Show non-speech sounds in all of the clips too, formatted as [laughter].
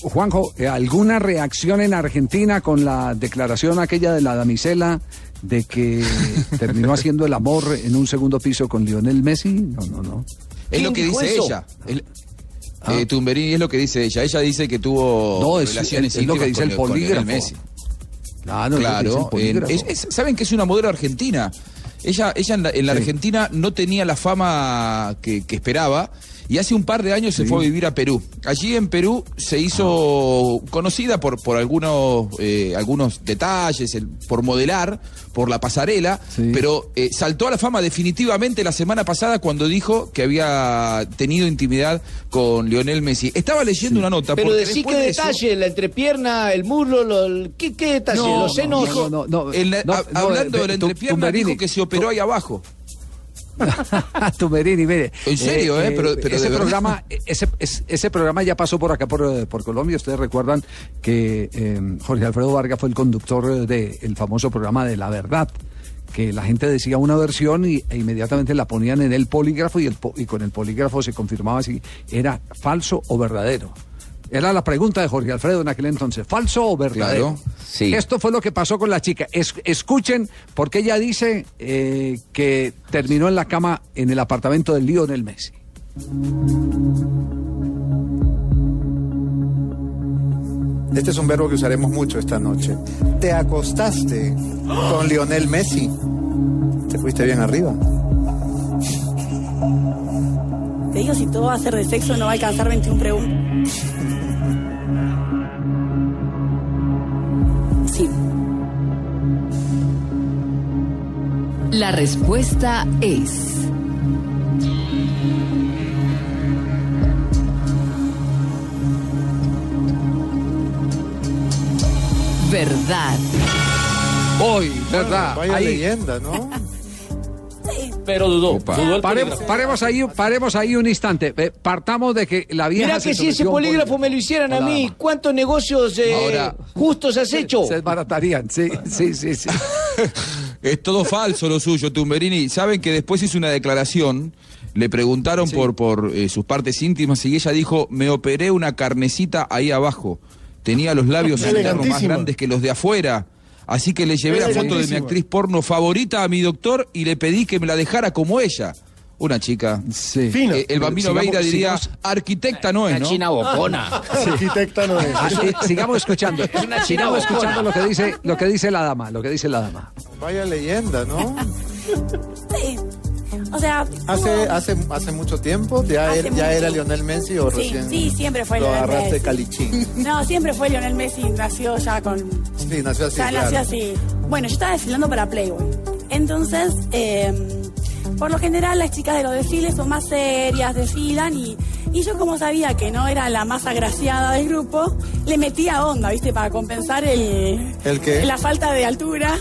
Juanjo, eh, ¿alguna reacción en Argentina con la declaración aquella de la damisela de [laughs] que terminó haciendo el amor en un segundo piso con Lionel Messi? No, no, no. Es lo que dijo dice eso? ella. El- eh, Tumberini es lo que dice ella. Ella dice que tuvo Ah. No, es- relaciones es- es lo que íntimas dice el con- con Lionel polígrafo. Messi. Claro, Claro, es lo en- que dice el polígrafo. es- es- saben que es una modelo argentina. Ella, ella en la, en la Sí. Argentina no tenía la fama que, que esperaba y hace un par de años se fue a vivir a Perú. Allí en Perú se hizo conocida por, por algunos, eh, algunos detalles, el- por modelar, por la pasarela, Sí. pero eh, saltó a la fama definitivamente la semana pasada cuando dijo que había tenido intimidad con Lionel Messi. Estaba leyendo una nota. Pero porque decí qué después de eso- detalle, la entrepierna, el muslo, lo- el- ¿qué, qué detalle? No, los senos. no, no, no, En la- no, hab- no, hablando eh, de la tu- entrepierna, Tumberini, dijo que se operó ahí abajo. [laughs] Tumberini, mire. En serio, ¿eh? Pero- pero ese de verdad. programa, eh, ese, es- ese programa ya pasó por acá, por, eh, por Colombia. Ustedes recuerdan que eh, Jorge Alfredo Vargas fue el conductor del famoso programa de La Verdad que la gente decía una versión y, e inmediatamente la ponían en el polígrafo y, el po- y con el polígrafo se confirmaba si era falso o verdadero. Era la pregunta de Jorge Alfredo en aquel entonces, ¿falso o verdadero? Claro. Sí. Esto fue lo que pasó con la chica. Es- escuchen, porque ella dice eh, que terminó en la cama en el apartamento del Lionel Messi. Este es un verbo que usaremos mucho esta noche. Te acostaste con Lionel Messi. Te fuiste bien arriba. Te digo, si todo va a ser de sexo, no va a alcanzar 21 preguntas. Sí. La respuesta es verdad. Hoy, ¿verdad? Vaya ahí. leyenda, [laughs] ¿no? Pero dudó. dudó el Paremos, paremos ahí, paremos ahí un instante. Eh, Partamos de que la vieja. Mirá se que si ese sometió a un polígrafo me lo hicieran a Hola, mí, dama. ¿cuántos negocios eh, Ahora- justos has hecho? Se desbaratarían, sí, sí, sí. sí. Es todo falso lo suyo, Tumberini. Saben que después hizo una declaración, le preguntaron por, por eh, sus partes íntimas y ella dijo, me operé una carnecita ahí abajo. Tenía los labios internos más grandes que los de afuera. Así que le llevé la foto de mi actriz porno favorita a mi doctor y le pedí que me la dejara como ella. Una chica. sí. Eh, el bambino Sigamos- Veira diría, sigamos- arquitecta no es, Una ¿no? china bocona. Ah, eh, sigamos escuchando. una Sigamos china escuchando lo que dice, lo que dice la dama, lo que dice la dama. Vaya leyenda, ¿no? Sí. O sea, Hace, tuvo- hace, hace mucho tiempo ya, Hace era- mucho. ya era Lionel Messi o Sí, recién. sí, siempre fue Lo Lionel agarraste Messi. calichín. No, siempre fue Lionel Messi, nació ya con Sí, nació así. Ya nació claro. así. Bueno, yo estaba desfilando para Playboy. Entonces, eh, por lo general las chicas de los desfiles son más serias, desfilan y, y yo como sabía que no era la más agraciada del grupo, le metía onda, ¿viste? Para compensar el, ¿El qué? la falta de altura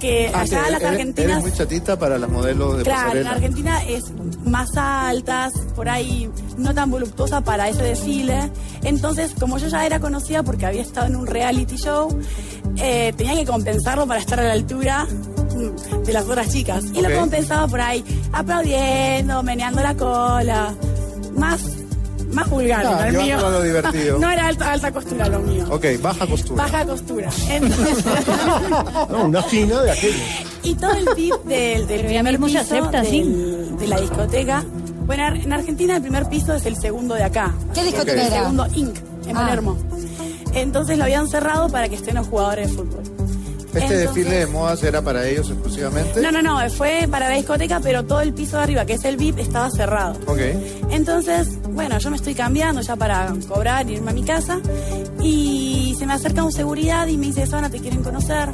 que Ah, allá que las eres- argentinas... Eres muy chatita para las modelos de Claro, en pasarela. Argentina es más altas, por ahí no tan voluptuosa para ese desfile. Entonces, como yo ya era conocida porque había estado en un reality show, eh, tenía que compensarlo para estar a la altura mm, de las otras chicas. Y Ok. lo compensaba por ahí, aplaudiendo, meneando la cola, más, más vulgar. Ah, ¿no? El mío. llevándolo a lo divertido. [laughs] no era alta, alta costura lo mío. Ok, baja costura. Baja costura. Entonces- una fina de aquello. y todo el tip del, del Pero ya primer mismo piso se acepta, del- sí. de la discoteca. Bueno, ar- en Argentina el primer piso es el segundo de acá. ¿Qué El discoteca era? segundo Inc. en Ah. Palermo. Entonces lo habían cerrado para que estén los jugadores de fútbol. Este Entonces- desfile de modas era para ellos exclusivamente. No, no, no, fue para la discoteca, pero todo el piso de arriba, que es el VIP, estaba cerrado. Ok. Entonces, bueno, yo me estoy cambiando ya para cobrar, irme a mi casa. Y se me acerca un seguridad y me dice, Sana, ¿te quieren conocer?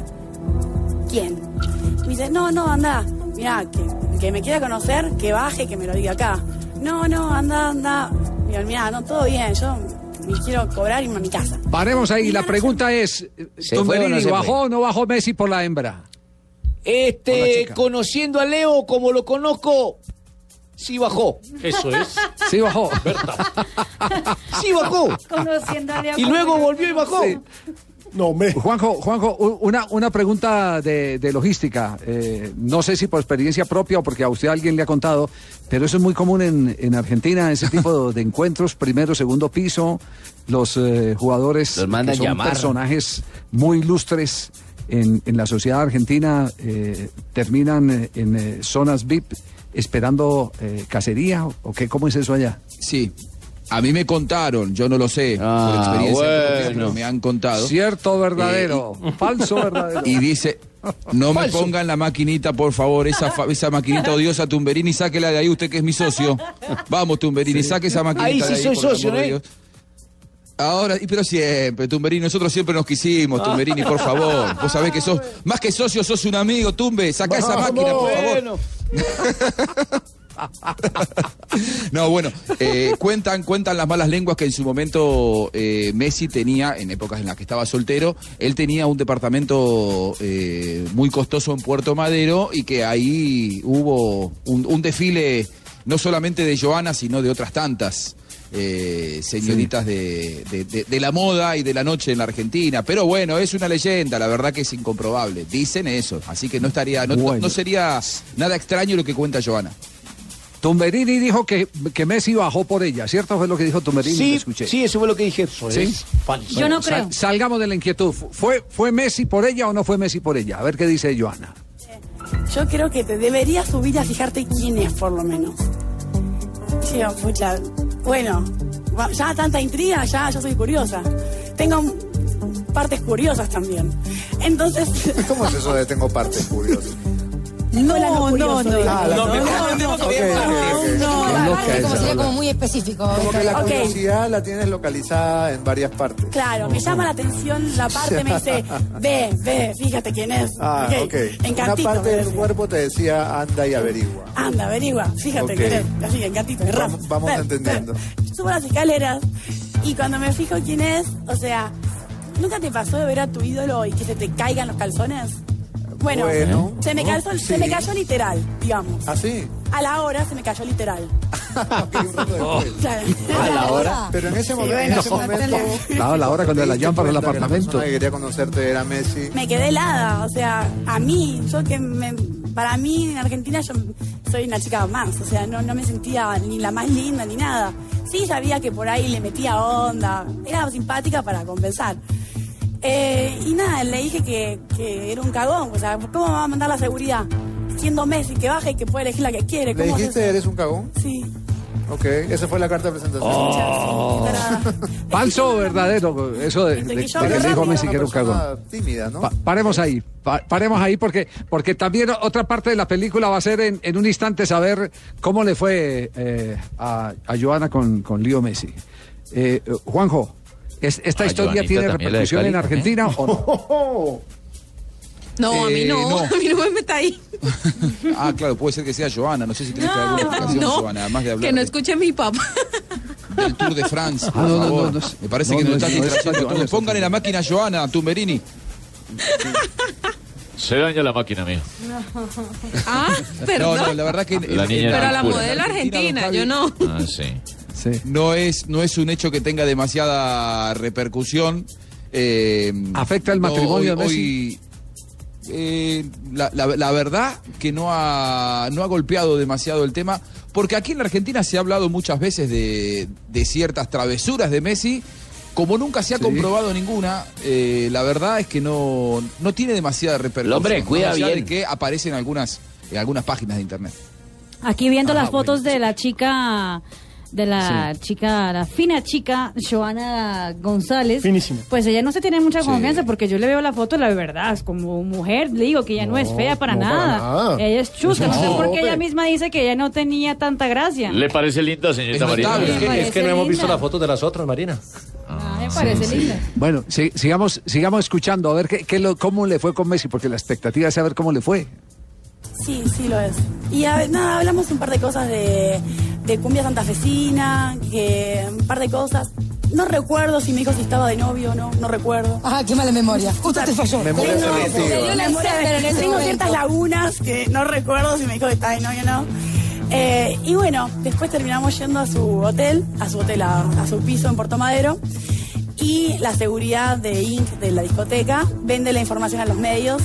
¿Quién? Y me dice, no, no, anda. Mirá, que, el que me quiera conocer, que baje, que me lo diga acá. No, no, anda, anda. Mirá, mirá, no, todo bien, yo me quiero cobrar y irme a mi casa. Paremos ahí. La pregunta es: ¿Se fue o no ¿Tumberini se fue? bajó o no bajó Messi por la hembra? Hola, Este, chica. conociendo a Leo como lo conozco, sí bajó. [laughs] Eso es. Sí, bajó. Sí bajó. Conociendo a Leo Y como luego yo volvió y conozco. bajó. Sí. No, hombre. Juanjo, Juanjo, u- una, una pregunta de, de logística. Eh, no sé si por experiencia propia o porque a usted alguien le ha contado, pero eso es muy común en, en Argentina, ese [laughs] tipo de encuentros, primero, segundo piso, los eh, jugadores Los mandan que son llamar. personajes muy ilustres en, en la sociedad argentina eh, terminan eh, en eh, zonas VIP esperando eh, cacería o qué, cómo es eso allá. Sí. A mí me contaron, yo no lo sé, por Ah, experiencia, propia, bueno. pero me han contado. Cierto, verdadero, falso, verdadero. Y dice, no me Falso. pongan la maquinita, por favor, esa, fa- esa maquinita odiosa, Tumberini, sáquela de ahí, usted que es mi socio. Vamos, Tumberini, saque esa maquinita Ahí sí de ahí, soy por el socio, ¿eh? amor de ¿no? Dios. Ahora, y pero siempre, Tumberini, nosotros siempre nos quisimos, Tumberini, por favor. Vos sabés que sos, más que socio, sos un amigo, Tumbe, saca esa máquina, por favor. Bueno, No, bueno, eh, cuentan, cuentan las malas lenguas que en su momento eh, Messi tenía, en épocas en las que estaba soltero, él tenía un departamento eh, muy costoso en Puerto Madero y que ahí hubo un, un desfile no solamente de Joana, sino de otras tantas. eh, señoritas de, de- de- de la moda y de la noche en la Argentina. Pero bueno, es una leyenda, la verdad que es incomprobable. Dicen eso, así que no estaría, no, no- Bueno. no sería nada extraño lo que cuenta Joana. Tumberini dijo que, que Messi bajó por ella, ¿cierto? Fue lo que dijo Tumberini, lo sí, escuché. sí, eso fue lo que dije. es Yo no creo. Sal- salgamos de la inquietud. Fu- ¿Fue, ¿Fue Messi por ella o no fue Messi por ella? A ver qué dice Joana. Yo creo que te deberías subir a fijarte quién es, por lo menos. Digo, pucha, bueno, va- ya tanta intriga, ya yo soy curiosa. Tengo mm, partes curiosas también. Entonces, [laughs] ¿Cómo es eso de tengo partes curiosas? no, la no, curioso, digo. Ah, la tengo- Ok, ok, ok. No, loca aparte, esa, como sería Lola. como muy específico. Como que la Ok. curiosidad la tienes localizada en varias partes. Claro, me llama la atención la parte, me [laughs] dice, ve, ve, fíjate quién es. Ah, Ok, ok. Una Encantito. parte me del decía. cuerpo te decía anda y averigua. Anda, averigua, fíjate Ok. que eres así, encantito, Vamos- Rafa. vamos entendiendo. Subo las escaleras y cuando me fijo quién es, o sea, ¿nunca te pasó de ver a tu ídolo y que se te caigan los calzones? Bueno, Bueno, se, me calzó- se sí. me cayó literal, digamos. ¿Ah, sí? A la hora se me cayó literal. Ah, Ok, un rato después. Claro. Pero en ese momento, en bueno, ese momento Claro, la hora cuando la llaman para el cuenta que la apartamento. persona que quería conocerte era Messi. me quedé helada, o sea, a mí, yo que me- para mí en Argentina yo soy una chica más, o sea, no, no me sentía ni la más linda ni nada. Sí sabía que por ahí le metía onda, era simpática para compensar. Eh, y nada, le dije que, que era un cagón, o sea, ¿cómo me va a mandar la seguridad? Siendo Messi, que baje y que puede elegir la que quiere. ¿Le ¿cómo es dijiste eso? eres un cagón? Sí. Ok, esa fue la carta de presentación. Oh, Muchas gracias. ¿Falso o verdadero? Eso de, Entre de- que yo de que hablo le dijo rápido, Messi Una que era un cagón. persona tímida, ¿no? Pa- paremos ahí, pa- paremos ahí porque, porque también otra parte de la película va a ser en, en un instante saber cómo le fue eh, a, a Joana con, con Leo Messi. Eh, eh, Juanjo, ¿es- ¿esta A historia Ah, Joanita tiene también la repercusión en descalifican, Argentina o [laughs] no? No, a mí Eh, no, no. [laughs] a mí no me meta ahí. Ah, claro, puede ser que sea Joana. No sé si tenés que dar alguna explicación, No, Joana, además de hablar que no de- escuche mi papá. [laughs] del Tour de France. [laughs] Por Ah, no, no, favor. no, no es- Me parece no, que no nos es- están no es distrayendo Joana, todos. eso sí. Pongan en la máquina a Joana, a Tumberini. Se daña la máquina mía. Ah, No, perdón. no, la verdad que. en- La en- niña en- era Pero a la Pura. modelo argentina, don yo no. Ah, sí. Sí. No es, no es un hecho que tenga demasiada repercusión. Eh, ¿Afecta el matrimonio de Messi? hoy, eh, la, la- la verdad que no ha, no ha golpeado demasiado el tema, porque aquí en la Argentina se ha hablado muchas veces de, de ciertas travesuras de Messi. Como nunca se ha comprobado ninguna, eh, la verdad es que no, no tiene demasiada repercusión. El hombre cuida más allá de bien. que aparecen algunas, en algunas páginas de internet. Aquí viendo Ah, las fotos de la chica, de la chica, la fina chica, Joana González. Finísima. Pues ella no se tiene mucha Sí. confianza porque yo le veo la foto, la verdad, es como mujer, le digo que ella no, es fea para, no para nada. nada. Ella es chuta, no, sé No, por qué ella hombre. misma dice que ella no tenía tanta gracia. ¿Le parece linda, señorita Es Marina? notable. Me Es que- parece linda. fotos de las otras, Marina. Ah, me parece linda. Bueno, sí, sigamos, sigamos escuchando a ver qué, qué lo- cómo le fue con Messi, porque la expectativa es saber cómo le fue. Sí, sí lo es. Y a ver, nada, hablamos un par de cosas de, de cumbia santafesina, que un par de cosas. No recuerdo si me dijo si estaba de novio o no, no recuerdo. Ah, qué mala memoria. Justo te falló. Memoria Tengo- selectiva. Se dio la Memoria cera, pero en ese tengo momento. ciertas lagunas que no recuerdo si me dijo que estaba de novio o no. Eh, y bueno, después terminamos yendo a su hotel, a su hotel, a, a su piso en Puerto Madero. Y Y la seguridad de Inc. de la discoteca vende la información a los medios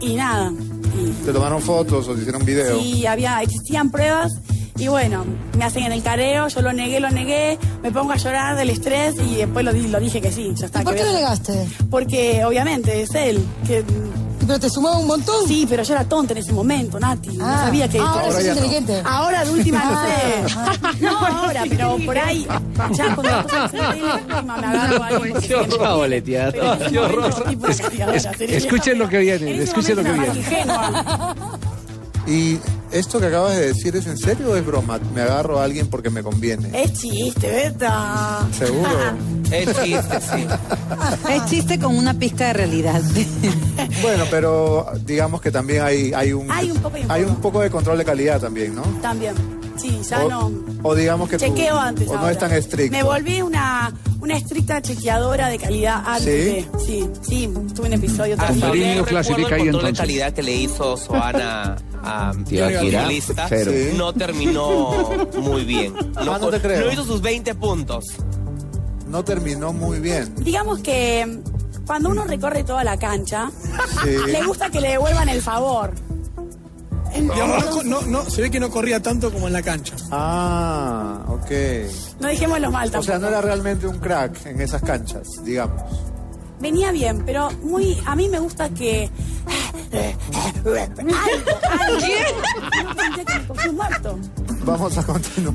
y nada. Y, [laughs] Te tomaron fotos o te hicieron video. sí, había, existían pruebas y bueno, me hacen en el careo, yo lo negué, lo negué, me pongo a llorar del estrés y después lo, di- lo dije que sí, ya está. ¿Y por que qué lo voy a- negaste? Porque obviamente es él. Que, Pero te sumaba un montón. sí, pero yo era tonta en ese momento, Nati. no Ah, sabía que... ahora Ahora sos ya no. inteligente. Ahora de última no sé. [laughs] [laughs] No ahora, pero por ahí. Ya cuando estoy de última me agarro a alguien. porque Qué horror, siempre- boleteada. Pero en ese Qué horror. momento, tipo, una castigadora, es- sería. escuchen lo que viene, En ese escuchen lo que momento, viene. ingenua. Y esto que acabas de decir es en serio o es broma. Me agarro a alguien porque me conviene. Es chiste, Beta. [laughs] Seguro. Es chiste, sí. Ah, Es chiste con una pizca de realidad. [laughs] Bueno, pero digamos que también hay, hay un Hay un poco y un hay poco. un poco de control de calidad también, ¿no? También. Sí, ya o, no. o digamos que tú- Chequeo antes. o no ahora. es tan estricto. Me volví una, una estricta chequeadora de calidad antes. de- Sí, sí, tuve un episodio Con terrible. Mourinho Yo clasifica recuerdo ahí el control entonces. de calidad que le hizo Soana a Tibaquirá, la lista cero. Sí. no terminó [laughs] muy bien. Ah, no te co- creo. no hizo sus 20 puntos. No terminó muy bien. Digamos que mm, cuando uno recorre toda la cancha, Sí. [laughs] le gusta que le devuelvan el favor. Entonces, se ve que no corría tanto como en la cancha. Ah, ok. no dejémoslo mal O tampoco. sea, no era realmente un crack en esas canchas, digamos. Venía bien, pero muy a mí me gusta que... [laughs] Algo, algo. Yo sentía que me cogí [laughs] un muerto. Vamos a [laughs] continuar.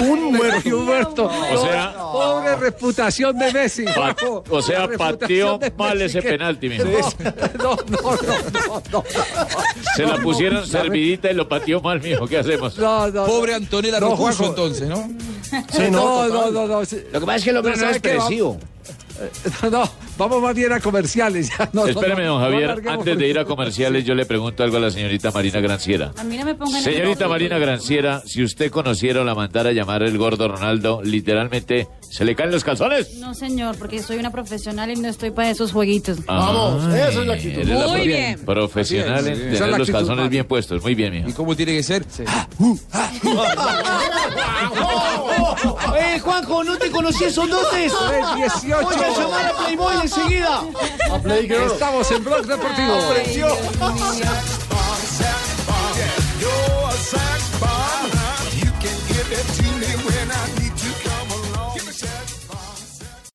Un muerto, un muerto. O sea- pobre reputación de Messi. Pa- Paco. o sea, Pobre pateó reputación de mal Messi ese que- penalti, mijo. [laughs] No, no, no, no, no. Se la pusieron La re- servidita y lo pateó mal, mijo. ¿Qué hacemos? No, no, no. Pobre Antonella No, Rojuazo, Juanjo. entonces, ¿no? Sí, no, no, no, no, sí. Lo que pasa es que el hombre No, no, es ¿sabe qué? expresivo. No, no, vamos más bien a comerciales. ya, no, no, Espéreme, no, don no Javier. alarguemos Antes de ir a porque- comerciales, yo le pregunto algo a la señorita Marina Granciera. A mí no me pongan en Señorita el- Marina Granciera, si usted conociera o la mandara a llamar el gordo Ronaldo, literalmente, ¿se le caen los calzones? No, señor, porque soy una profesional y no estoy para esos jueguitos. Vamos, esa es la actitud. Muy bien. Profesional Así es, en sí. tener Esa es la los actitud, calzones Mari. bien puestos. Muy bien, mijo. ¿Y cómo tiene que ser? ¡Eh, Juanjo, no te conocí esos dotes! Es 18. Voy a llamar a Playboy enseguida. Estamos en Blog Deportivo. Apreció. Uh-huh.